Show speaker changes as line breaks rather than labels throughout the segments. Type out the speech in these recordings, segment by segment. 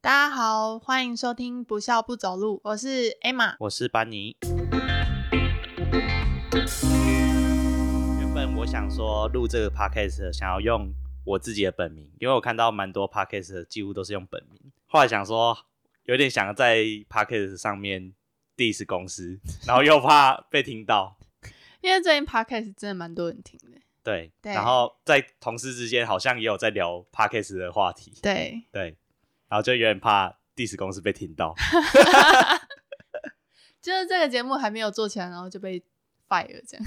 大家好，欢迎收听《不笑不走路》，我是 Emma。
我是班尼。原本我想说录这个 podcast 想要用我自己的本名，因为我看到蛮多 podcast 几乎都是用本名。后来想说，有点想在 podcast 上面 diss 公司，然后又怕被听到，
因为最近 podcast 真的蛮多人听的，
对，
对
然后在同事之间好像也有在聊 podcast 的话题，
对，
对，然后就有点怕 diss 公司被听到，
就是这个节目还没有做起来，然后就被 fire 这样。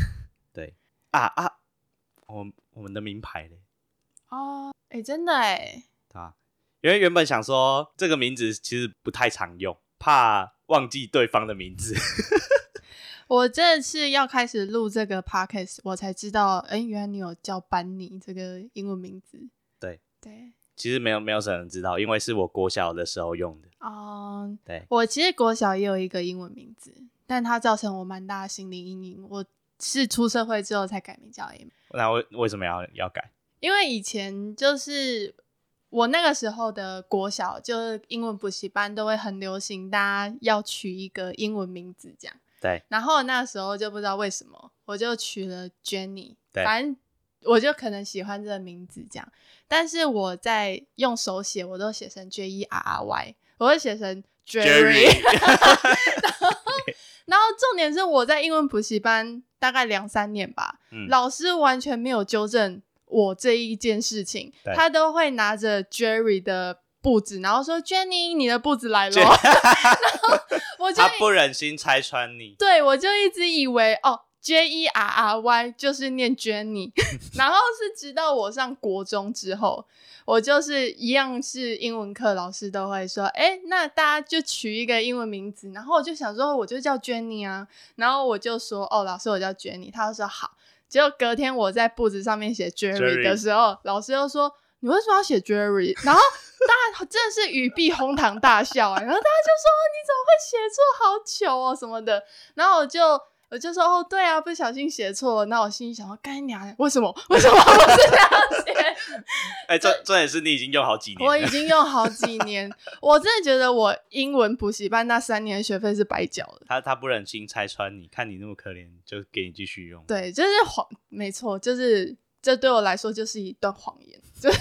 啊啊，我们我们的名牌嘞。
哦，哎，真的哎，
啊，因为原本想说这个名字其实不太常用，怕忘记对方的名字。
我这次要开始录这个 podcast，我才知道，哎，原来你有叫班尼这个英文名字。
对
对，
其实没有没有什么人知道，因为是我国小的时候用的。
哦、
对，
我其实国小也有一个英文名字，但它造成我蛮大的心理阴影。我是出社会之后才改名叫 M，
那为为什么要要改？
因为以前就是我那个时候的国小，就是英文补习班都会很流行，大家要取一个英文名字这样。
对，
然后那时候就不知道为什么，我就取了 Jenny，
对
反正我就可能喜欢这个名字这样。但是我在用手写，我都写成 J E R R Y，我会写成
Jerry
然后重点是我在英文补习班大概两三年吧，
嗯，
老师完全没有纠正我这一件事情
对，
他都会拿着 Jerry 的步子，然后说 Jenny 你的步子 来了，
Jer-
然后我就
他不忍心拆穿你。
对我就一直以为哦。J E R R Y 就是念 Jenny，然后是直到我上国中之后，我就是一样是英文课，老师都会说，哎，那大家就取一个英文名字，然后我就想说我就叫 Jenny 啊，然后我就说哦，老师我叫 Jenny，他就说好，结果隔天我在布子上面写 Jerry
Jerry
的时候，老师又说你为什么要写 Jerry？然后大家 真的是语毕哄堂大笑、哎，然后大家就说你怎么会写错，好糗哦什么的，然后我就。我就说哦，对啊，不小心写错了。那我心里想说，干你娘的，为什么？ 为什么不是这样写？
哎、这这也是 你已经用好几年
我已
了。
经用好几年，我真的觉得我英文补习班那三年的学费是白缴的。
他他不忍心拆穿你，看你那么可怜，就给你继续用。，
对，就是谎，没错，就是这对我来说就是一段谎言。 就是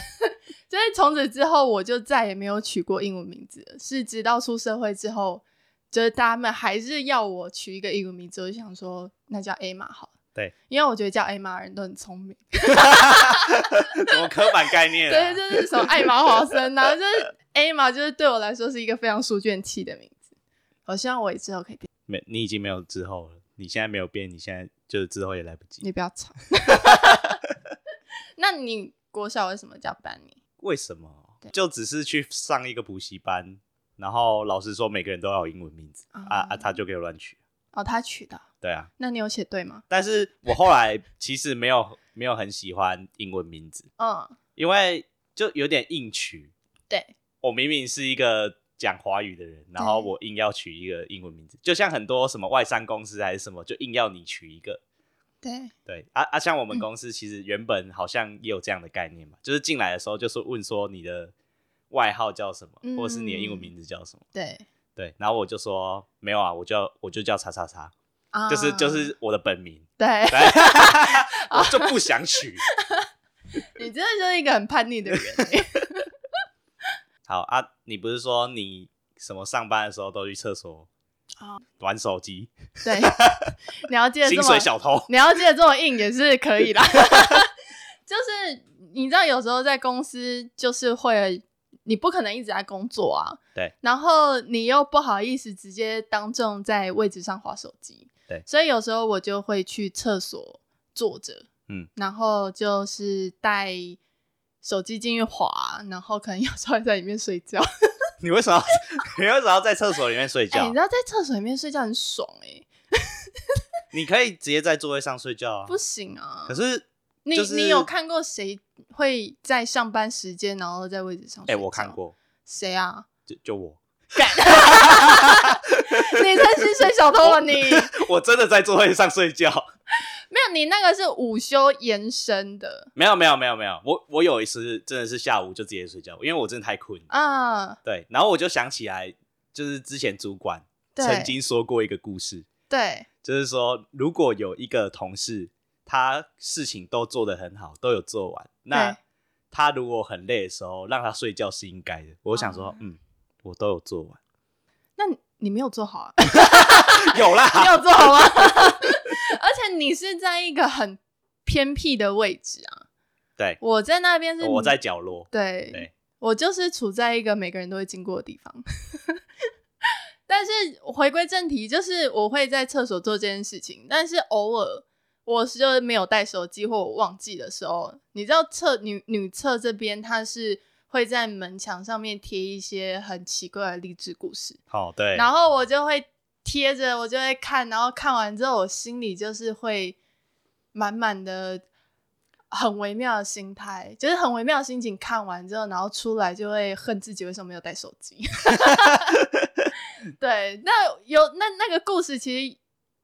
就是从此之后，我就再也没有取过英文名字了。是直到出社会之后，就是他们还是要我取一个英文名字，我就想说那叫 A 玛好了。
对，
因为我觉得叫 A 玛的人都很聪明。
怎么刻板概念、啊？
对，就是什么艾玛华森 啊，就是 A 玛，就是对我来说是一个非常书卷气的名字。我希望我之后可以变，
没，你已经没有之后了。你现在没有变，你现在就是之后也来不及。
你不要 吵。 那你国小为什么叫班尼？
为什么
对？
就只是去上一个补习班，然后老师说每个人都要有英文名字、啊啊，他就给我乱取。
哦，他取的。
对啊，
那你有写对吗？
但是我后来其实没有没有很喜欢英文名字，
嗯，
因为就有点硬取。
对，
我明明是一个讲华语的人，然后我硬要取一个英文名字，就像很多什么外商公司还是什么，就硬要你取一个。
对，
对啊啊，像我
嗯
们公司其实原本好像也有这样的概念嘛，就是进来的时候就是问说你的外号叫什么，或者是你的
嗯
英文名字叫什么。
对，
对，然后我就说没有啊，我就我就叫叉叉叉，
啊
就是就是我的本名，
对
对我就不想取。
你真的就是一个很叛逆的人。
好啊，你不是说你什么上班的时候都去厕所
哦
玩手机，
对， 你要记得
薪
这么
水小偷？
你要记得这么硬也是可以啦。 就是你知道，有时候在公司就是会，你不可能一直在工作啊。
对。
然后你又不好意思直接当众在位置上划手机。
对
所以有时候我就会去厕所坐着，
嗯，
然后就是带手机进去划，然后可能有时候还在里面睡觉。
你为什么要你为什么要在厕所里面睡
哎、
觉？
你知道在厕所里面睡觉很爽哎、
你可以直接在座位上睡觉啊。
不行啊。
可是
你、
就是
你有看过谁会在上班时间然后在位置上？
哎、我看。过，
谁啊？
就就我，
你才是水小偷啊你！
哦 我真的在座位上睡觉。
没有，你那个是午休延伸的，
没有没有没有没有，我我有一次真的是下午就直接睡觉，因为我真的太困了。
嗯，
对，然后我就想起来，就是之前主管
对
曾经说过一个故事，
对，
就是说如果有一个同事他事情都做得很好，都有做完，那
对
他如果很累的时候让他睡觉是应该的。我想说
啊，
嗯，我都有做完，
那你你没有做好啊，
有
你
啦，
有做好吗？而且你是在一个很偏僻的位置啊，
对，
我在那边是，
哦我在角落，
对，
对
我就是处在一个每个人都会经过的地方。 但是回归正题，就是我会在厕所做这件事情，但是偶尔我是就是没有带手机或我忘记的时候，你知道厕女女厕这边它是会在门墙上面贴一些很奇怪的励志故事，
好哦对，
然后我就会贴着，我就会看，然后看完之后，我心里就是会满满的很微妙的心态，就是很微妙的心情。看完之后，然后出来就会恨自己为什么没有带手 机。对，那有那那个故事其实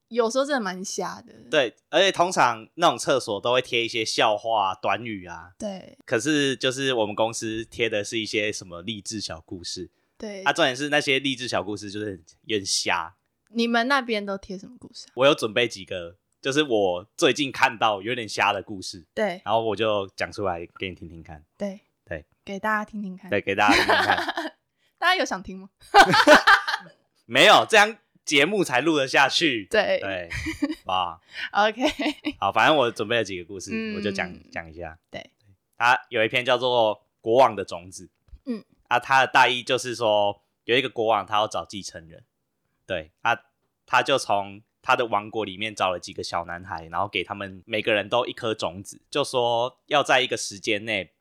有时候真的蛮瞎的。
对，而且通常那种厕所都会贴一些笑话、短语啊。
对
可是就是我们公司贴的是一些什么励志小故事，
对、
啊，重点是那些励志小故事就是有点瞎。
你们那边都贴什么故事、啊？
我有准备几个，就是我最近看到有点瞎的故事，
对
然后我就讲出来给你听听看，
对
对，
给大家听听看。
对，给大家听听看。
大家有想听吗？
没有这样节目才录得下去。
对
对，哇，
，OK。
好，反正我准备了几个故事，
嗯
我就讲讲一下。
对，
它有一篇叫做《国王的种子》。
嗯，
啊，它的大意就是说，有一个国王他要找继承人，对，啊，他就从他的王国里面找了几个小男孩，然后给他们每个人都一颗种子，就说要在一个时间内，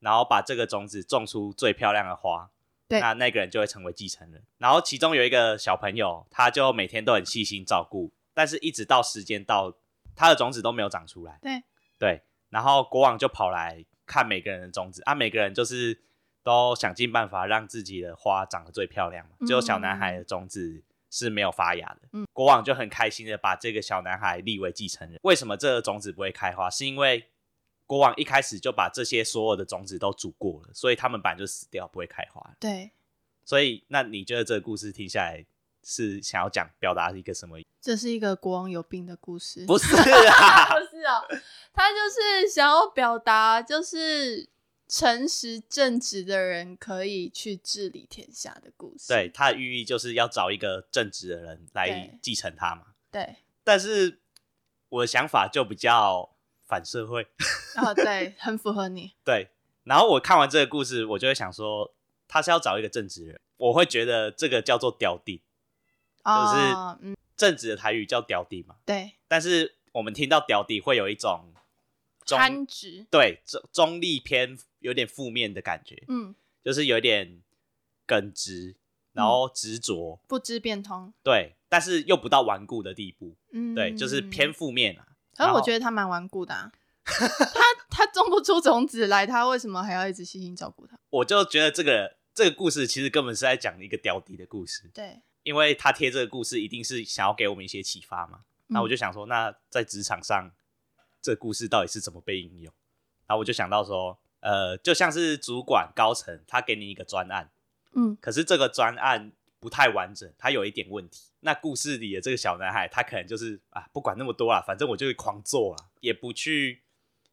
然后把这个种子种出最漂亮的花。
对
那那个人就会成为继承人。然后其中有一个小朋友，他就每天都很细心照顾，但是一直到时间到，他的种子都没有长出来。
对
对，然后国王就跑来看每个人的种子啊，每个人就是都想尽办法让自己的花长得最漂亮嘛。
嗯
只有小男孩的种子是没有发芽的。国王就很开心的把这个小男孩立为继承人。为什么这个种子不会开花？是因为国王一开始就把这些所有的种子都煮过了，所以他们本来就死掉，不会开花了。
对，
所以，那你觉得这个故事听下来是想要讲表达一个什么？
这是一个国王有病的故事。
不是啊，
不是哦，他就是想要表达，就是诚实正直的人可以去治理天下的故事。
对，它的寓意就是要找一个正直的人来
对
继承它嘛。
对
但是我的想法就比较反社会，
啊、对，很符合你。
对。然后我看完这个故事，我就会想说，他是要找一个正直人，我会觉得这个叫做屌定， 就是
哦、嗯，
正直的台语叫屌定嘛。
对，
但是我们听到屌定会有一种中
贪执，
对中中立偏有点负面的感觉，
嗯，
就是有点耿直，然后执着，
不知变通，
对，但是又不到顽固的地步，
嗯，
对，就是偏。负面啊。
可是我觉
得
得他蛮顽固的、 啊，他他种不出种子来，他为什么还要一直细心照顾他？
我就觉得这个这个故事其实根本是在讲一个屌敌的故事，
对，
因为他贴这个故事一定是想要给我们一些启发嘛。那我就想说，那在职场上，这故事到底是怎么被应用？然后我就想到说，呃，就像是主管高层他给你一个专案，
嗯，
可是这个专案不太完整，它有一点问题。那故事里的这个小男孩，他可能就是啊，不管那么多啦，反正我就是狂做啦，也不去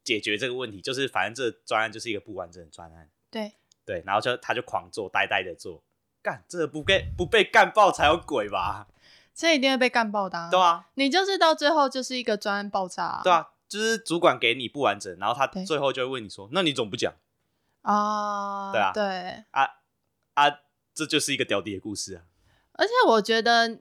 解决这个问题，就是反正这专案就是一个不完整的专案。
对，
对，然后就他就狂做，呆呆的做，干这个不被不被干爆才有鬼吧？
这一定会被干爆的、啊。
对啊，
你就是到最后就是一个专案爆炸、啊。
对啊，就是主管给你不完整，然后他
对
最后就会问你说，那你怎么不讲
啊，
对啊
对，
啊啊？这就是一个屌弟的故事啊。
而且我觉得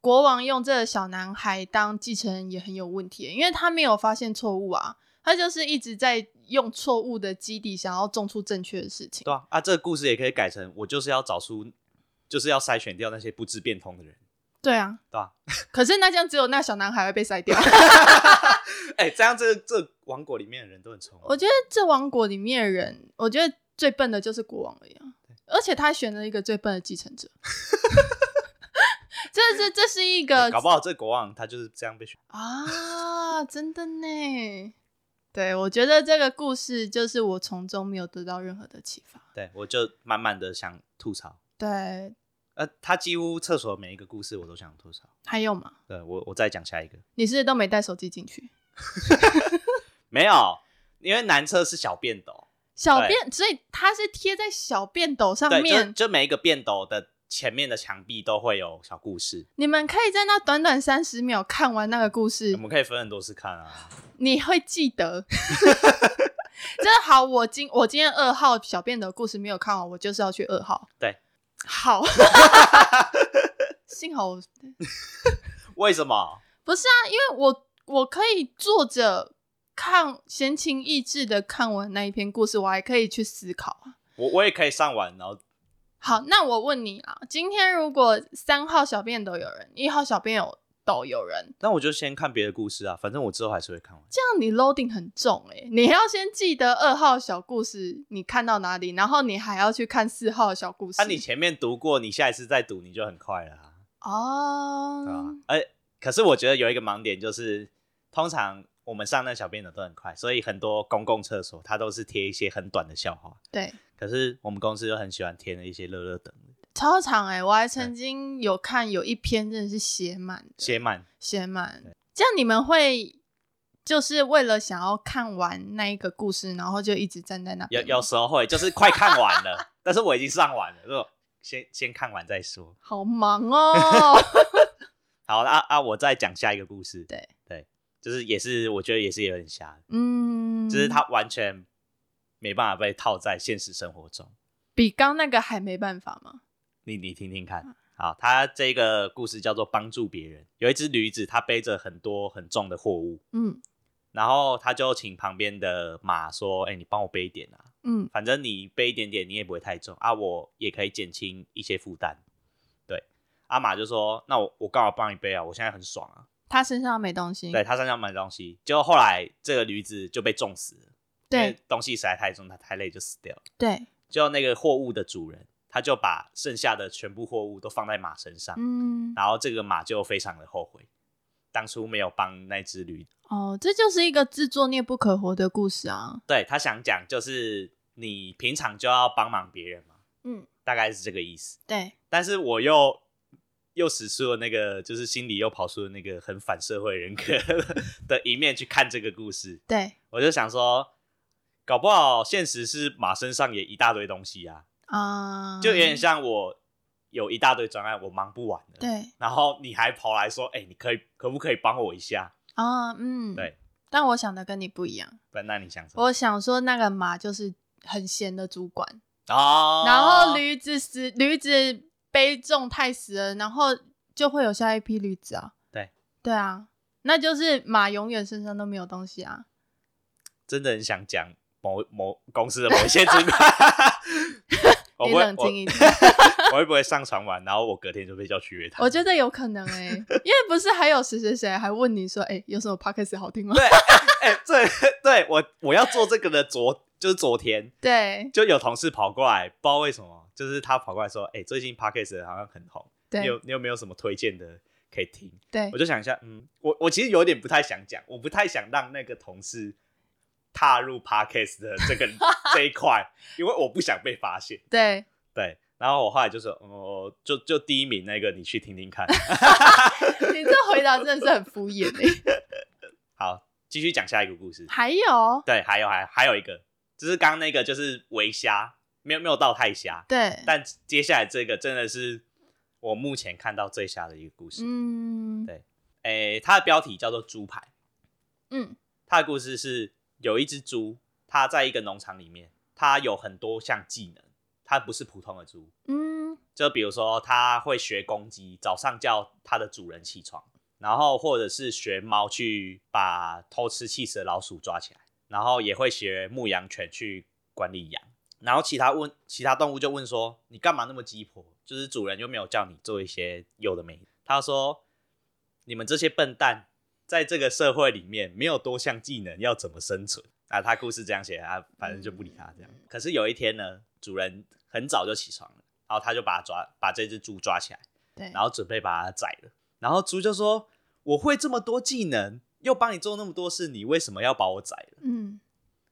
国王用这个小男孩当继承人也很有问题，因为他没有发现错误啊，他就是一直在用错误的基底想要种出正确的事情。
对啊，啊，这个故事也可以改成我就是要找出，就是要筛选掉那些不知变通的人，
对啊，
对吧、
可是那这样只有那小男孩会被筛 掉。
哎、这样这这王国里面的人都很聪
我
明，
觉得这王国里面的人，我觉得最笨的就是国王了呀，而且他还选了一个最笨的继承者。 这是这是一个
哎 搞不好这国王他就是这样被选。
啊，啊，真的呢。对，我觉得这个故事就是我从中没有得到任何的启发。
对我就满满的想吐槽。
对，
呃，他几乎厕所每一个故事我都想吐槽。
还有吗？
对我，我再讲下一个。
你是不是都没带手机进去？
没有，因为男厕是小便斗，
小
对
便，所以它是贴在小便斗上
对，就
面。
就每一个便斗的前面的墙壁都会有小故事，
你们可以在那短短三十秒看完那个故
我
事，
们可以分很多次看啊。
你会记得。 真的好，我今我今天二号小便的故事没有看完，我就是要去二号。
对，
好， 幸好我
为什么？
不是啊，因为我我可以坐着看，闲情逸致的看完那一篇故事，我还可以去思考啊。
我我也可以上完，然后
好，那我问你啊，今天如果三号小便斗有人，一号小便有斗有人，
那我就先看别的故事啊，反正我之后还是会看完。
这样你 loading 很重诶、你要先记得二号小故事你看到哪里，然后你还要去看四号小故事。
啊那、你前面读过，你下一次再读你就很快了、啊，对吧、
哦，
哎、可是我觉得有一个盲点就是，通常我们上那小便斗都很快，所以很多公共厕所它都是贴一些很短的笑话。
对，
可是我们公司就很喜欢贴那一些乐乐等
超长诶、我还曾经有看有一篇真的是写满的，
写满，
写满。这样你们会就是为了想要看完那一个故事，然后就一直站在那
有
边吗
有时候会就是快看完了， 但是我已经上完了，就先先看完再说。
好忙哦。
好啊啊，我再讲下一个故事。
对
对，就是也是我觉得也是有点瞎的，
嗯，
就是它完全没办法被套在现实生活中。
比刚那个还没办法吗？
你你听听看。好，它这个故事叫做帮助别人。有一只驴子，它背着很多很重的货物，
嗯
然后它就请旁边的马说：“哎、你帮我背一点啊，
嗯
反正你背一点点，你也不会太重啊，我也可以减轻一些负担。”对，阿马就说：“那我我刚好帮你背啊，我现在很爽啊。”
他身上没东西。
对他身上买东西，结果后来这个驴子就被重死了，因为
对
东西实在太重，它太累就死掉了。
对
就那个货物的主人，他就把剩下的全部货物都放在马身上，
嗯
然后这个马就非常的后悔，当初没有帮那只驴。
哦，这就是一个自作孽不可活的故事啊。
对他想讲就是你平常就要帮忙别人嘛，
嗯，
大概是这个意思。
对，
但是我又又使出了那个，就是心里又跑出了那个很反社会人格的一面去看这个故事，
对
我就想说，搞不好现实是马身上也一大堆东西啊，
啊，
就有点像我有一大堆专案，我忙不完的。
对
然后你还跑来说，哎、你可以可不可以帮我一下？
啊，嗯，
对。
但我想的跟你不一样，
不然那你想什么？
我想说那个马就是很闲的主管。
哦，
然后驴子死，驴子悲重太死了，然后就会有下一批驴子啊。
对，
对啊，那就是马永远身上都没有东西啊。
真的很想讲某某公司的某一 些主管，哦我
你
不会
冷静
我
一点，
我会不会上传完，然后我隔天就被叫去约谈？
我觉得有可能 哎、因为不是还有谁谁谁还问你说，哎、有什么 podcast 好听吗？
对， 哎、欸，这对我我要做这个的昨就是昨天
对
就有同事跑过来，不知道为什么，就是他跑过来说，哎、最近 podcast 好像很红，你
对
有你有没有什么推荐的可以听？
对
我，就想一下，嗯，我我其实有点不太想讲，我不太想让那个同事踏入 podcast 的 这个这一块，因为我不想被发现。
对，
对，然后我后来就说，哦、就就第一名那个你去听听看。
你这回答真的是很敷衍哎、
好，继续讲下一个故事。
还有，
对，还有还还有一个，就是刚刚那个就是围虾，没有没有到太虾，
对，
但接下来这个真的是我目前看到最虾的一个故事。
嗯
对诶、它的标题叫做猪排，
嗯
它的故事是有一只猪，它在一个农场里面，它有很多项技能，它不是普通的猪，
嗯
就比如说它会学公鸡，早上叫它的主人起床，然后或者是学猫去把偷吃气死的老鼠抓起来，然后也会学牧羊犬去管理羊。然后其他问其他动物就问说：“你干嘛那么鸡婆？就是主人又没有叫你做一些有的没的。”他说：“你们这些笨蛋，在这个社会里面没有多项技能，要怎么生存？”啊，他故事这样写啊，反正就不理他这样。可是有一天呢，主人很早就起床了，然后他就把它抓把这只猪抓起来，
对，
然后准备把它宰了。然后猪就说：“我会这么多技能，又帮你做那么多事，你为什么要把我宰了？
嗯，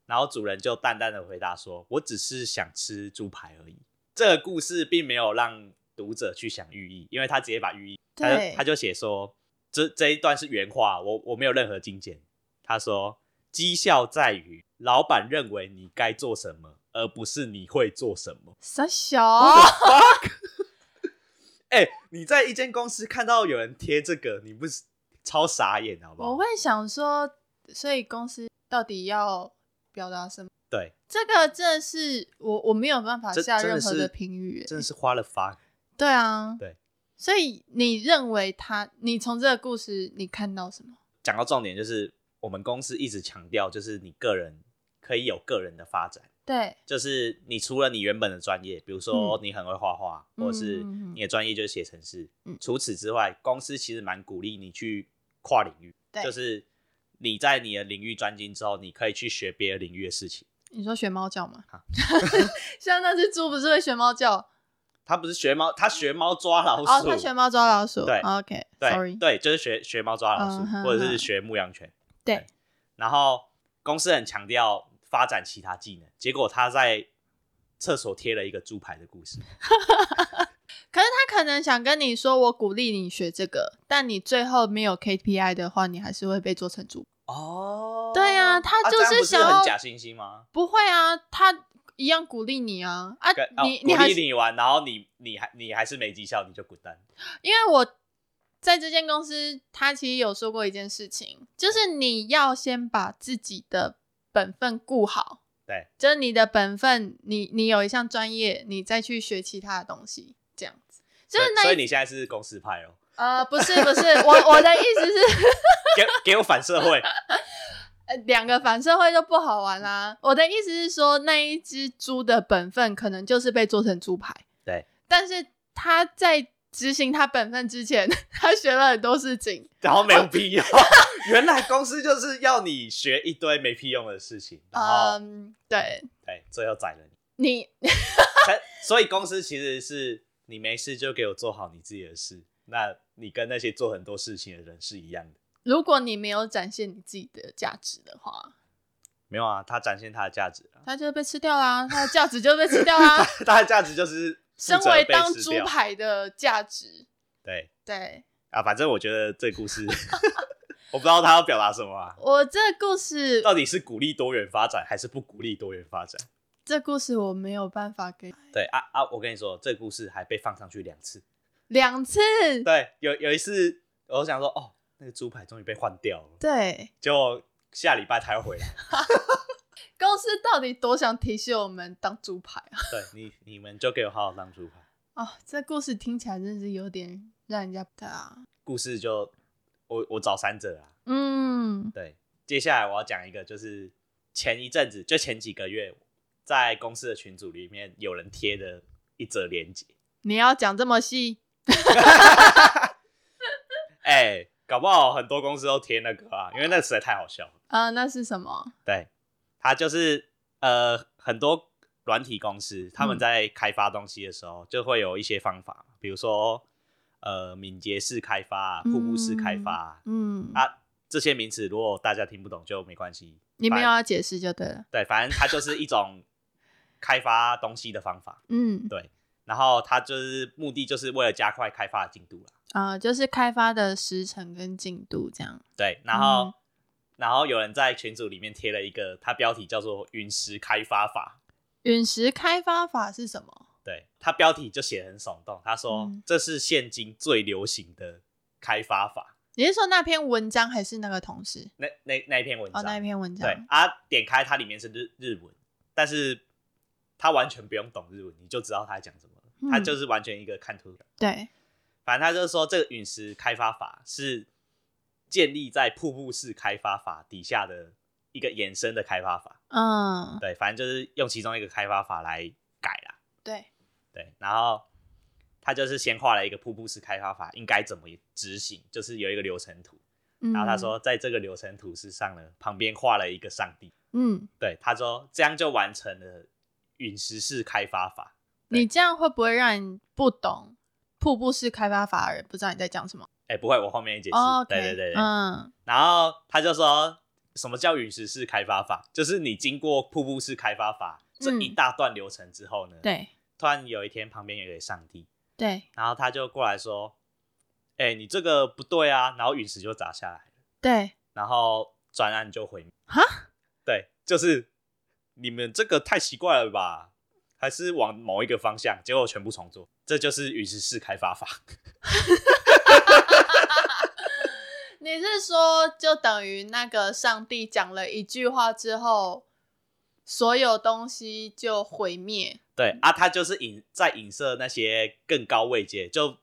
然后主人就淡淡的回答说：“我只是想吃猪排而已。”这个故事并没有让读者去想寓意，因为他直接把寓意，他
对
就他就写说这这一段是原话，我我没有任何精简。他说：“绩效在于老板认为你该做什么，而不是你会做什么。”
傻小，
哎、你在一间公司看到有人贴这个，你不是超傻眼好不好？
我会想说，所以公司到底要表达什么？
对，
这个真的是我我没有办法
这
下
真
任
的
何
是
的评语、欸
真的是花了发。
对啊，
对。
所以你认为他，你从这个故事你看到什么？
讲到重点，就是我们公司一直强调，就是你个人可以有个人的发展，
对，
就是你除了你原本的专业，比如说
嗯
你很会画画，或者是
嗯嗯嗯嗯
你的专业就是写程式，
嗯
除此之外，公司其实蛮鼓励你去跨领域，
对
就是你在你的领域专精之后，你可以去学别的领域的事情。
你说学猫叫吗
啊？
像那只猪不是会学猫叫？
他不是学猫，他学猫抓老
哦，
鼠，
它学猫抓老鼠。
对
o k s o r r
对
y
对，就是学学猫抓老鼠，
嗯哼
或者是
哼
学牧羊犬。
对
然后公司很强调发展其他技能，结果他在厕所贴了一个猪排的故事。
可是他可能想跟你说，我鼓励你学这个，但你最后没有 KPI 的话，你还是会被做成猪。
哦
对啊他
这样
就是
不是
想要
很假惺惺吗？
不会啊，他一样鼓励你啊啊
跟哦！
你
鼓
你还
励
是
你玩，然后你你还你还是没绩效，你就滚蛋。
因为我在这间公司，他其实有说过一件事情，就是你要先把自己的本分顾好。
对，
就是你的本分，你你有一项专业，你再去学其他的东西，这样子。就是
所以
那
所以
一
你现在是公司派哦，
呃，不是不是，我我的意思是。
给给我反社会。
呃，两个反社会都不好玩啦、我的意思是说，那一只猪的本分可能就是被做成猪排，
对。
但是他在执行他本分之前， 他学了很多事情，
然后没
哦
有 屁用，原来公司就是要你学一堆没屁用的事情，然后、
嗯，对
对，最后宰了你。
你，
才所以公司其实是你没事就给我做好你自己的事，那你跟那些做很多事情的人是一样的。
如果你没有展现你自己的价值的话，
没有啊，他展现他的价值啊，，
它就被吃掉啦，它的价值就被吃掉啦
他的价值就是
身
负责
为
被
当
吃
猪
掉
排的价值，
对
对。
啊，反正我觉得这故事， 我不知道他要表达什么啊，
我这故事，
到底是鼓励多元发展还是不鼓励多元发展？
这故事我没有办法给
对啊啊，我跟你说，这故事还被放上去两次。
两次，
对，有有一次我想说，哦，那个猪排终于被换掉了，
对，
结果下礼拜他又回来。
公司到底多想提醒我们当猪排啊！
对你，你们就给我好好当猪排。
啊，这故事听起来真是有点让人家不太啊。
故事就我我找三者啊。
嗯，
对，接下来我要讲一个，就是前一阵子就前几个月，在公司的群组里面有人贴的一则连接，
你要讲这么细，
哎、搞不好很多公司都贴那个啊，因为那个实在太好笑了。
啊，那是什么？
对，它就是呃很多软体公司他们在开发东西的时候，就会有一些方法，比如说呃敏捷式开发、啊、瀑布式开发啊、
嗯，
啊，这些名词如果大家听不懂就没关系。
你没
反
有要解释就对了。
对，反正它就是 一种开发东西的方法。
嗯，
对，然后它就是目的就是为了加快开发的进度啦。
啊、就是开发的时程跟进度这样。
对，然后、
嗯
然后有人在群组里面贴了一个，它标题叫做“陨石开发法
陨石开发法是什么？”。
对，它标题就写得很耸动，他说、
嗯
这是现今最流行的开发法。
你是说那篇文章还是那个同事？
那那那一篇文章，
哦，那一篇文
对
章。
啊，点开它里面是日日文，但是他完全不用懂日文，你就知道他在讲什么了。他
嗯
就是完全一个看图表。
对
反正他就是说，这个陨石开发法是建立在瀑布式开发法底下的一个衍生的开发法。
嗯，
对，反正就是用其中一个开发法来改啦。
对，
对，然后他就是先画了一个瀑布式开发法应该怎么执行，就是有一个流程图。
嗯
然后他，说，在这个流程图之上呢，旁边画了一个上帝。
嗯，
对，他说这样就完成了陨石式开发法。
你这样会不会让你不懂瀑布式开发法而不知道你在讲什么？
哎、不会，我后面解释。
哦，OK，
对对对对。
嗯，
然后他就说什么叫陨石式开发法？就是你经过瀑布式开发法这一
嗯
大段流程之后呢，，
对
突然有一天旁边有一个上帝，
对
然后他就过来说：“哎、你这个不对啊！”然后陨石就砸下来，
对，
然后专案就毁灭。
哈，
对，就是你们这个太奇怪了吧？还是往某一个方向，结果全部重做，这就是陨石式开发法。
你是说就等于那个上帝讲了一句话之后，所有东西就毁灭？
对啊，他就是影在影射那些更高位阶，就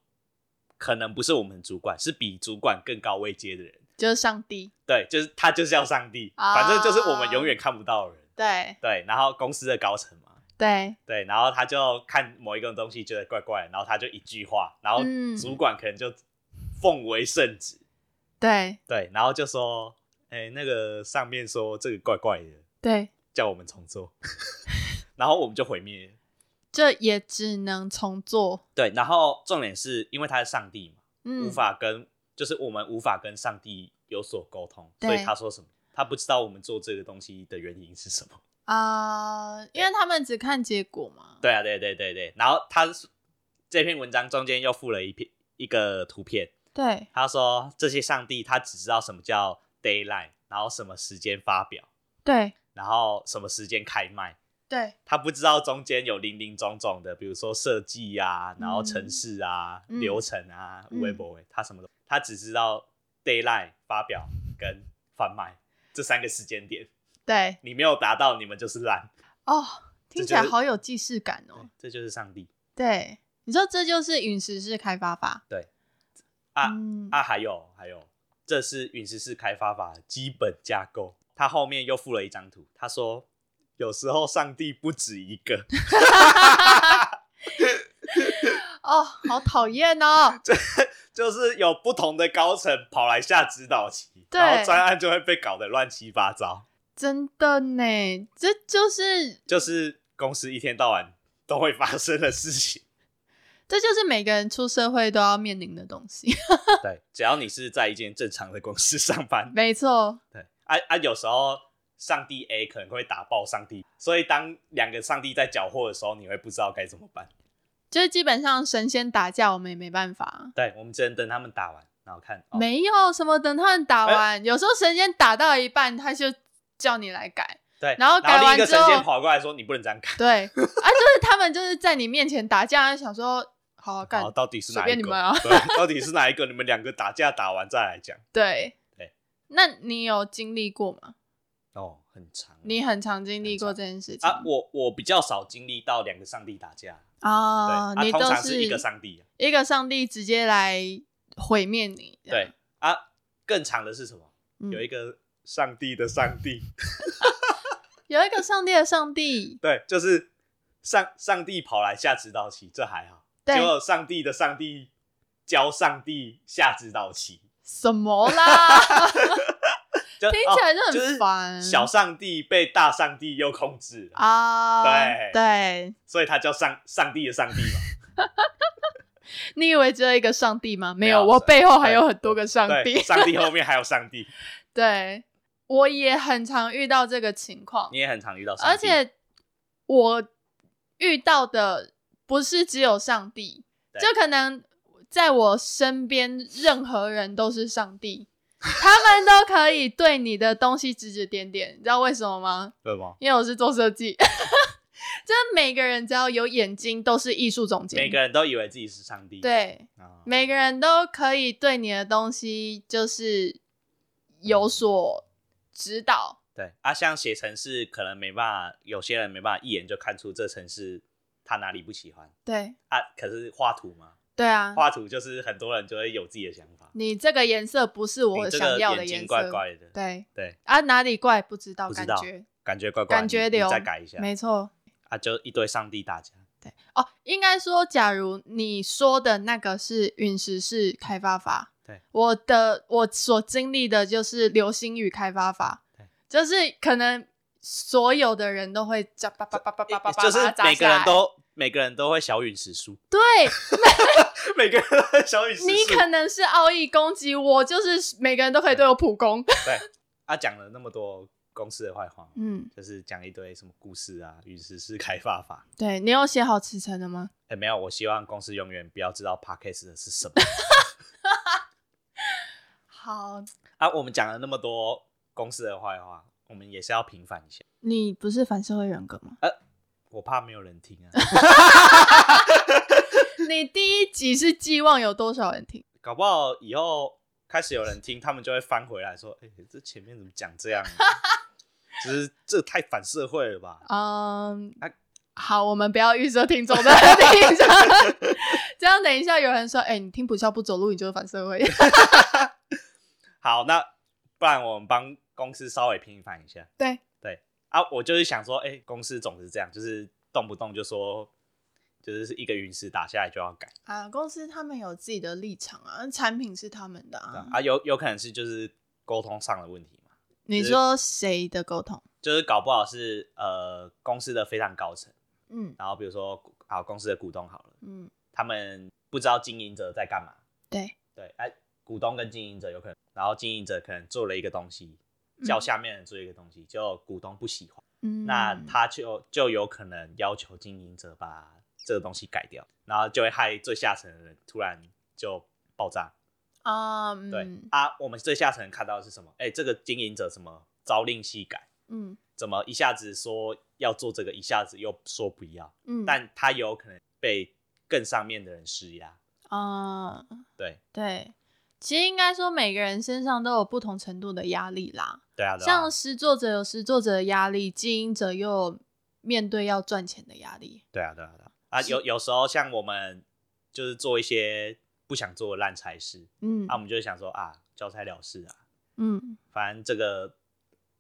可能不是我们主管，是比主管更高位阶的人。
就是上帝
对，就是他就是要上帝，
啊
反正就是我们永远看不到的人。
对
对，然后公司的高层嘛，
对
对，然后他就看某一个东西觉得怪怪的，然后他就一句话，然后
嗯
主管可能就奉为圣旨，
对
对，然后就说，哎，那个上面说这个怪怪的，
对，
叫我们重做， 然后我们就毁灭了。
这也只能重做。
对，然后重点是因为他是上帝嘛，
嗯，
无法跟就是我们无法跟上帝有所沟通，
对
所以他说什么，他不知道我们做这个东西的原因是什么。
啊、因为他们只看结果嘛。
对啊，对对对对。然后他是这篇文章中间又附了一篇一个图片，
对
他说这些上帝他只知道什么叫 d a y l i n e 然后什么时间发表，
对
然后什么时间开卖。
对
他不知道中间有零零总总的，比如说设计啊，然后城市啊、
嗯
流程啊、
嗯
微博微，他什么都，他只知道 d a y l i n e 发表跟贩卖这三个时间点，
对，
你没有达到，你们就是烂，
哦，
这
听
就
起来
是
好有既视感哦。
这就是上帝
对，你说这就是陨石式开发法
啊、
嗯
啊！还有还有，这是陨石式开发法的基本架构。他后面又附了一张图，他说有时候上帝不止一个，
哦，好讨厌 哦。
就是有不同的高层跑来下指导棋，
对
然后专案就会被搞得乱七八糟。
真的呢，这就是
就是公司一天到晚都会发生的事情。
这就是每个人出社会都要面临的东西。
对，只要你是在一间正常的公司上班，
没错，
对，啊啊，有时候上帝 A 可能会打爆上帝，所以当两个上帝在搅和的时候，你会不知道该怎么办。
就是基本上神仙打架，我们也没办法。
对，我们只能等他们打完，然后看。哦、哎
没有什么，等他们打完，有时候神仙打到一半，他就叫你来改。
对，
然后改
另
完
一个
之
神
后
仙跑过来说：“你不能这样改。
对，啊，就是他们就是在你面前打架，想说好啊好”干
然后，哦到底是
随
哪一
便你
个？
们啊
对，到底是哪一个？你们两个打架打完再来讲。
对
对。
那你有经历过吗？
哦，很长。
你很常经历
很
过
常
这件事情
啊，我我比较少经历到两个上帝打架，对，
啊
啊，
你
通
都
常是一个上帝啊。
一个上帝直接来毁灭你。这样
对，啊，更长的是什么？
嗯
有一个上帝的上帝，
有一个上帝的上帝，
对，就是上上帝跑来下指导棋，这还好。
对
结果上帝的上帝教上帝下指导棋，
什么 啦？
就哦
听起来就很
就是
烦
小上帝被大上帝又控制了，
啊，
对
对，
所以他叫上上帝的上帝嘛。
你以为只有一个上帝吗？没有，
没有
我背后还
对
有很多个 上帝
对，。上帝后面还有上帝，
对，我也很常遇到这个情况
你，也很常遇到上帝。
而且我遇到的不是只有上帝，
对
就可能在我身边任何人都是上帝， 他们都可以对你的东西指指点点，你知道为什么吗？
对吗？
因为我是做设计， 就是每个人只要有眼睛都是艺术总监，
每个人都以为自己是上帝，
对
啊，
每个人都可以对你的东西就是有所指导，
对啊，像写程式，可能没办法，有些人没办法一眼就看出这程式他哪里不喜欢
对
啊。可是画图嘛，
对啊，
画图就是很多人就会有自己的想法。
你这个颜色不是我
你这个
想要的
眼
颜
睛
色，
怪怪的，
对
对，
啊，哪里怪不知道，
不知
感
道
觉
感觉怪怪的，
感觉
你
流，
你再改一下
没错，
啊，就一堆上帝打架。
对哦，应该说，假如你说的那个是陨石式开发法，
对，
我的我所经历的就是流星雨开发法
对，
就是可能所有的人都会砸叭叭叭叭叭叭叭，
就是每个人都每个人都会小陨石书，
对
每个人都会小陨石书。
你可能是奥义攻击，我就是每个人都可以对我普攻。
对啊，讲了那么多公司的坏话，
嗯，
就是讲一堆什么故事啊，陨石式开发法。
对你有写好辞呈了吗？
哎、没有，我希望公司永远不要知道 podcast 的是什么
好，
啊。我们讲了那么多公司的坏话，我们也是要平反一下。
你不是反社会人格吗？
我怕没有人听啊，
你第一集是寄望有多少人听？
搞不好以后开始有人听，他们就会翻回来说：“哎、这前面怎么讲这样？ 只是这太反社会了吧
嗯
啊，
好，我们不要预设听众的 立场。这样等一下有人说，哎、你听不笑不走路，你就是反社会。？”
好，那不然我们帮公司稍微平反一下。
对
对啊，我就是想说，哎、公司总是这样，就是动不动就说，就是一个陨石打下来就要改。
啊，公司他们有自己的立场啊，产品是他们的
对啊
啊。
啊，有有可能是就是沟通上的问题嘛，
你说谁的沟通？
就是搞不好是呃公司的非常高层，
嗯
然后比如说啊公司的股东好了，
嗯，
他们不知道经营者在干嘛，
对，
对，哎、股东跟经营者有可能，然后经营者可能做了一个东西，嗯叫下面人做一个东西，就股东不喜欢，
嗯，
那他就就有可能要求经营者把这个东西改掉，然后就会害最下层的人突然就爆炸，
啊，嗯
对、啊，我们最下层看到的是什么？哎、这个经营者怎么朝令夕改？
嗯
怎么一下子说要做这个，一下子又说不要？
嗯，
但他有可能被更上面的人施压。
啊、
对
对，其实应该说每个人身上都有不同程度的压力啦。
对啊，对啊
像实作者有实作者的压力，经营者又有面对要赚钱的压力。
对啊，对啊，对啊。啊，有有时候像我们就是做一些不想做的烂差事，
嗯
那、啊、我们就会想说啊，交差了事啊，
嗯
反正这个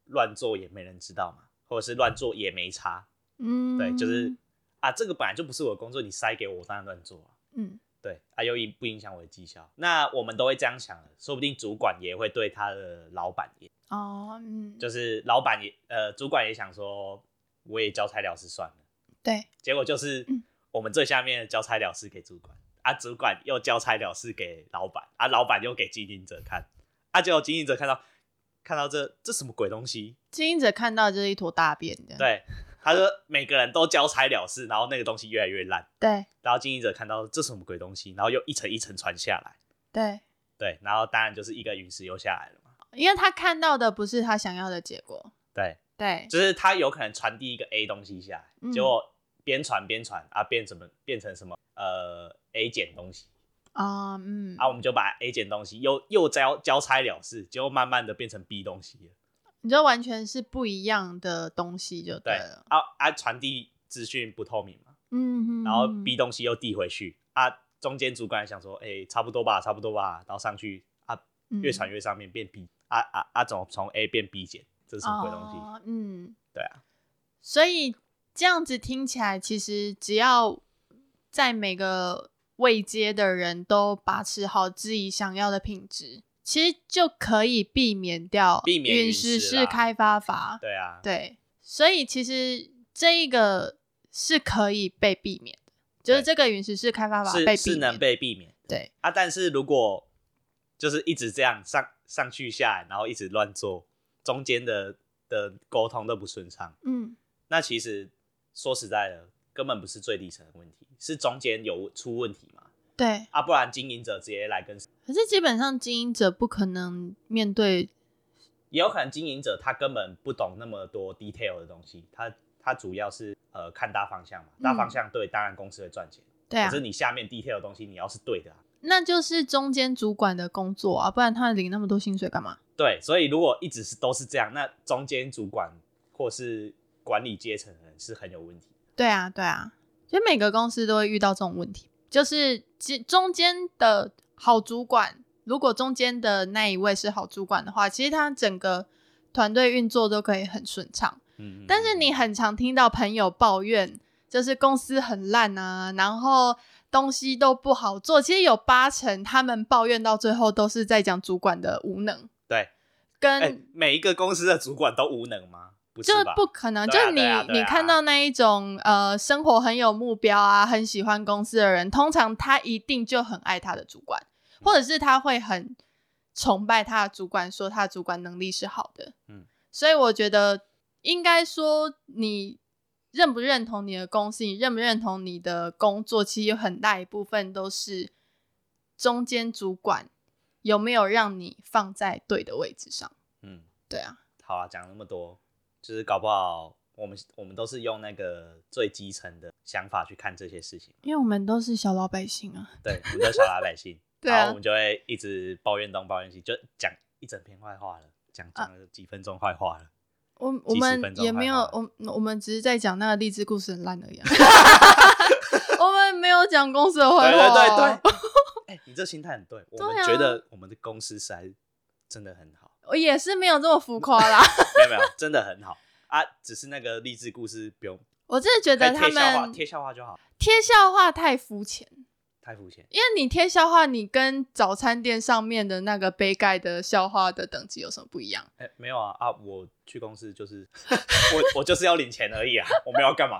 乱做也没人知道嘛，或者是乱做也没差。
嗯，
对，就是啊，这个本来就不是我的工作，你塞给我，我当然乱做啊。
嗯
对啊，又影不影响我的绩效？那我们都会这样想的，说不定主管也会对他的老板也，
哦嗯，
就是老板也呃，主管也想说，我也交差了事算了。
对
结果就是
嗯
我们最下面的交差了事给主管，啊，主管又交差了事给老板，啊，老板又给经营者看，啊，结果经营者看到看到这这什么鬼东西？
经营者看到就是一坨大便这样。
对，他说每个人都交差了事，然后那个东西越来越烂，
对
然后经营者看到这什么鬼东西，然后又一层一层传下来，
对，
对，然后当然就是一个陨石又下来了嘛，
因为他看到的不是他想要的结果。
对，
对，
就是他有可能传递一个 A 东西下来，
嗯
结果边传边传啊，变什么变成什么呃 A 减东西。
啊嗯
啊，我们就把 A 减东西又又交交差了事，结果慢慢的变成 B 东西了。
你就完全是不一样的东西就
对
了。，
啊啊，传递资讯不透明嘛，
嗯，
然后
嗯
B 东西又递回去，啊，中间主管还想说，哎、差不多吧，差不多吧，然后上去啊，
嗯
越传越上面变 B，、啊啊啊，怎么从 A 变 B 减？这是什么鬼东西？
哦嗯。
对啊，
所以这样子听起来，其实只要在每个位阶的人都把持好自己想要的品质，其实就可以避免掉
避免
陨
陨
石
石
式
啦
开发法。
对啊，
对，所以其实这一个是可以被避免的，就是这
对
个陨石式开发法被
是
避
是
免
能。被避免
对，
啊，但是如果就是一直这样上上去下来，然后一直乱做，中间的的沟通都不顺畅。
嗯
那其实说实在的，根本不是最底层的问题，是中间有出问题嘛？
对。
啊，不然经营者直接来跟，
可是基本上经营者不可能面对，
也有可能经营者他根本不懂那么多 detail 的东西，他他主要是呃看大方向嘛，
嗯
大方向对，当然公司会赚钱，
对啊
可是，你下面 detail 的东西你要是对的啊、
那就是中间主管的工作啊，不然他领那么多薪水干嘛？
对，所以如果一直是都是这样，那中间主管或是管理阶层的人是很有问题。
对啊，对啊，就每个公司都会遇到这种问题，就是其中间的好主管，如果中间的那一位是好主管的话，其实他整个团队运作都可以很顺畅。
嗯，嗯
但是你很常听到朋友抱怨，就是公司很烂啊，然后东西都不好做。其实有八成他们抱怨到最后都是在讲主管的无能，
对，
跟、
哎哎、每一个公司的主管都无能吗？不
嗯就是
吧？
不可能，
对啊
就你、
对啊对啊
你看到那一种呃生活很有目标啊，很喜欢公司的人，通常他一定就很爱他的主管，或者是他会很崇拜他的主管，说他的主管能力是好的。
嗯
嗯，所以我觉得应该说你认不认同你的公司，你认不认同你的工作，其实有很大一部分都是中间主管有没有让你放在对的位置上。
嗯，
对啊，
好啊，讲那么多，就是搞不好我们我们都是用那个最基层的想法去看这些事情，
因为我们都是小老百姓啊。
对，我们的小老百姓，
对
然
啊
后我们就会一直抱怨东抱怨西，就讲一整篇坏话了，讲
啊
讲了几分钟坏话了。
我我
几十
们
分钟
也
还
没有，
好
我我们只是在讲那个励志故事很烂而已、 啊。我们没有讲公司的坏
对
话、啊
对对对， 哎、你这心态很对，我
对
们
啊
觉得我们的公司实在真的很好，
我也是没有这么浮夸 啦。
没有没有，真的很好啊，只是那个励志故事不用，
我真的觉
可
得
以
他
贴笑话，
们
贴笑话就好，
贴笑话太肤浅，
太肤浅。
因为你贴笑话，你跟早餐店上面的那个杯盖的笑话的等级有什么不一样？
哎、没有啊啊！我去公司就是 我我就是要领钱而已啊，我没有要干嘛，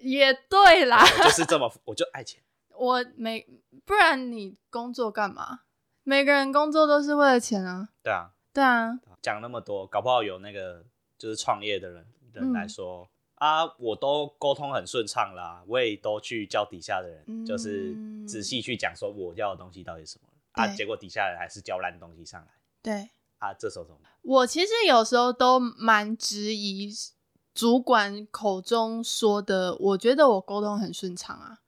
也对啦，
我就是这么我就爱钱。
我没不然你工作干嘛？每个人工作都是为了钱啊。
对啊，
对啊，
讲那么多，搞不好有那个就是创业的人人
嗯
来说、啊，我都沟通很顺畅啦，我也都去教底下的人，就是
嗯
仔细去讲说我要的东西到底是什么啊，
对
结果底下人还是教烂东西上来
对。
啊，这时候怎么办？
我其实有时候都蛮质疑主管口中说的，我觉得我沟通很顺畅啊。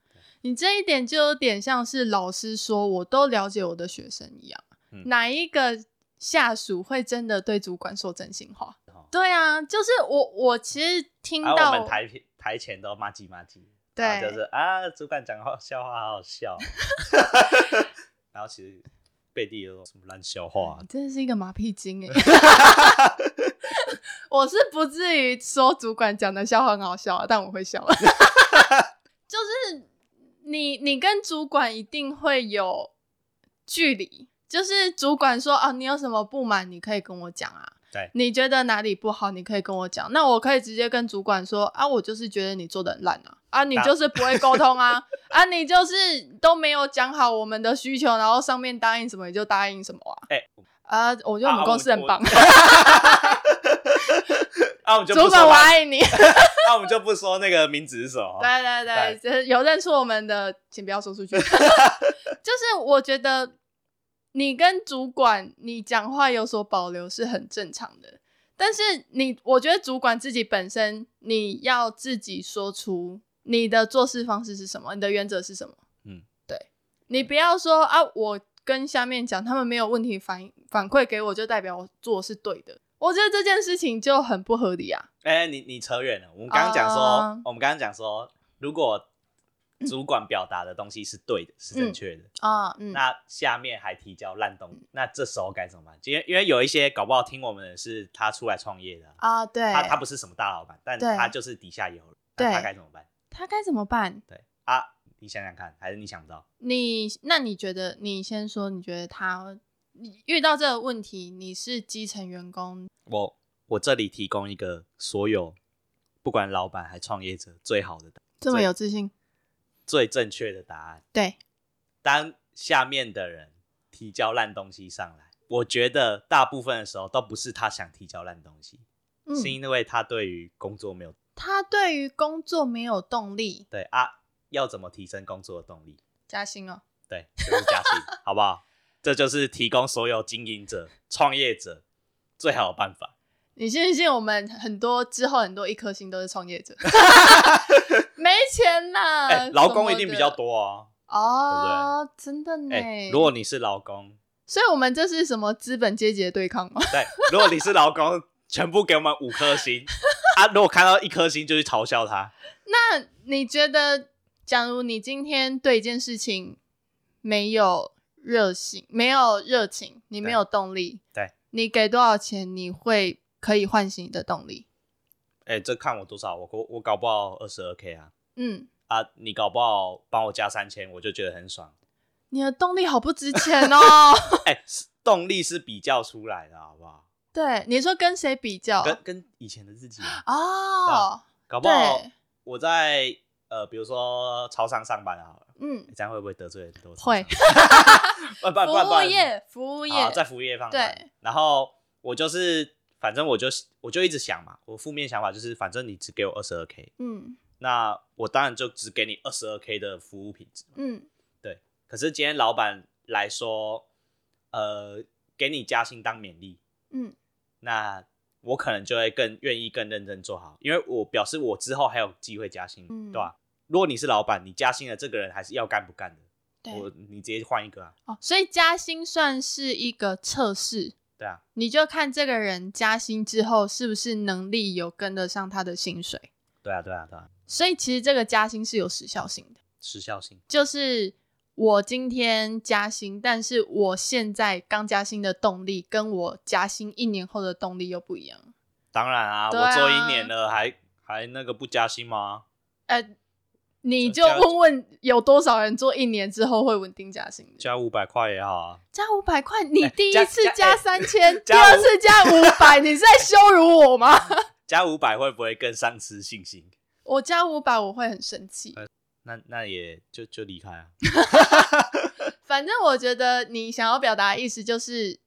你这一点就有点像是老师说我都了解我的学生一样，
嗯
哪一个下属会真的对主管说真心话？
哦
对啊，就是我，我其实听
啊，
到、
我们台前台前都骂唧骂唧，
对
然后就是啊，主管讲话笑话好好笑， 然后其实背地里有什么烂笑话
你，真的是一个马屁精哎、 我是不至于说主管讲的笑话很好笑啊，但我会笑。就是你，你跟主管一定会有距离。就是主管说啊，你有什么不满，你可以跟我讲啊。
对
你觉得哪里不好，你可以跟我讲。那我可以直接跟主管说啊，我就是觉得你做的很烂啊，啊，你
那
就是不会沟通 啊，啊，你就是都没有讲好我们的需求，然后上面答应什么你就答应什么啊。
哎、
啊，我觉得我们公司很棒，
啊，我们 就
主
不
管
说
我
那，
爱你。对
啊，我们就不说那个名字是什么，
对对，就是有认出我们的，请不要说出 去。就是我觉得你跟主管你讲话有所保留是很正常的，但是你我觉得主管自己本身你要自己说出你的做事方式是什么，你的原则是什么。
嗯，
对，你不要说啊，我跟下面讲，他们没有问题反反馈给我，就代表我做是对的。我觉得这件事情就很不合理啊。
哎、你你扯远了。我们刚刚讲说
啊
我们刚刚讲说，如果主管表达的东西是对的，是正确的，
啊，嗯，
那下面还提交烂东西，那这时候该怎么办？因为因为有一些搞不好听我们的是他出来创业的啊、
啊，对，
他他不是什么大老板，但
对
他就是底下有人，
对
那他该怎么办？
他该怎么办？
对啊，你想想看，还是你想不到？
你那你觉得，你先说，你觉得他你遇到这个问题，你是基层员工，
我我这里提供一个所有不管老板还创业者最好的答
这么有自信？
最正确的答案。
对，
当下面的人提交烂东西上来，我觉得大部分的时候都不是他想提交烂东西，
嗯，
是因为他对于工作没有
他对于工作没有动力，
对啊，要怎么提升工作的动力？
加薪哦。
对，就是加薪， 好不好？这就是提供所有经营者、创业者最好的办法。
你信不信我们很多之后很多一颗星都是创业者， 没钱啦，
哎、劳
什
工
么
一定
的
比较多哦。
哦，真的呢。
哎、如果你是劳工，
所以我们这是什么资本阶级的对抗吗？哦
对，如果你是 劳工，全部给我们五颗星啊！如果看到一颗星就去嘲笑他，
那你觉得，假如你今天对一件事情没有热情，没有热情，你没有动力，
对
你给多少钱，你会可以唤醒你的动力？
哎、这看我多少，我我我搞不好二十二 k 啊
嗯，
啊！你搞不好帮我加三千，我就觉得很爽。
你的动力好不值钱哦。
哎、是动力是比较出来的，好不好？
对，你说跟谁比较？
跟跟以前的自己，啊
哦，
搞不好
对，
我在呃，比如说超商上班好了，
嗯，
这样会不会得罪很多？
会，
不啊不不，
服
不
务
然
业，服务业，
啊，在服务业方面
对。
然后我就是，反正我就我就一直想嘛，我负面想法就是，反正你只给我二十二 k，
嗯
那我当然就只给你二十二 k 的服务品质嘛。
嗯
可是今天老板来说，呃，给你加薪当勉励，
嗯
那我可能就会更愿意更认真做好，因为我表示我之后还有机会加薪，
嗯
对吧？如果你是老板，你加薪了，这个人还是要干不干的，
对，
我你直接换一个啊，
哦，所以加薪算是一个测试，
对啊，
你就看这个人加薪之后是不是能力有跟得上他的薪水。
对啊，对啊，对啊，
所以其实这个加薪是有时效性的，
时效性，
就是我今天加薪，但是我现在刚加薪的动力跟我加薪一年后的动力又不一样。
当然啊，
对啊
我做一年了，还还那个不加薪吗？
呃，你就
这这样
问问有多少人做一年之后会稳定加薪的？
加五百块也好啊，
加五百块，你
哎
第
加
一次
加哎
加 三千，第
加
二
五
次加五百，你是在羞辱我吗？
加五百会不会更丧失信心？
我加五百我会很生
哎
气。
那那也就就离开啊。
反正我觉得你想要表达的意思就是，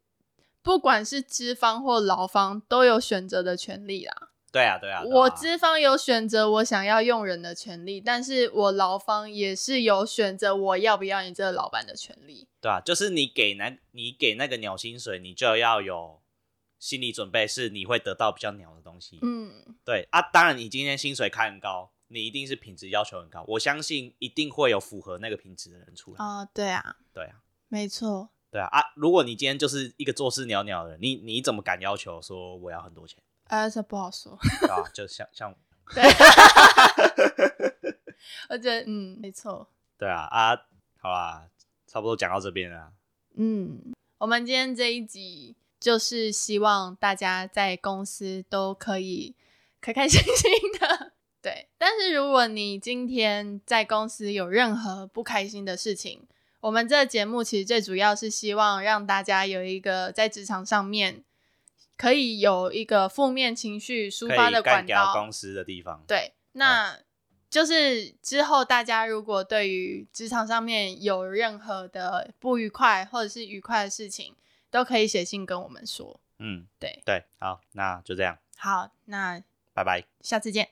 不管是资方或劳方都有选择的权利啦。
对啊，对啊，对啊
我资方有选择我想要用人的权利，但是我劳方也是有选择我要不要你这个老板的权利。
对啊，就是你给那，你给那个鸟薪水，你就要有心理准备，是你会得到比较鸟的东西。
嗯，
对啊，当然你今天薪水开很高，你一定是品质要求很高，我相信一定会有符合那个品质的人出来。
啊、对啊，
对啊，
没错，
对啊啊！如果你今天就是一个做事鸟鸟的人，你你怎么敢要求说我要很多钱？
呃，这不好说。
对啊，就像像
对，我觉得嗯，没错，
对啊啊，好啦，差不多讲到这边了。啊
嗯，我们今天这一集就是希望大家在公司都可以开开心心的。对，但是如果你今天在公司有任何不开心的事情，我们这个节目其实最主要是希望让大家有一个在职场上面可以有一个负面情绪抒
可
发的
以干
管
掉
道，
公司的地方，
对，那就是之后大家如果对于职场上面有任何的不愉快或者是愉快的事情，都可以写信跟我们说。
嗯，
对
对，好，那就这样，
好，那
拜拜。
下次见。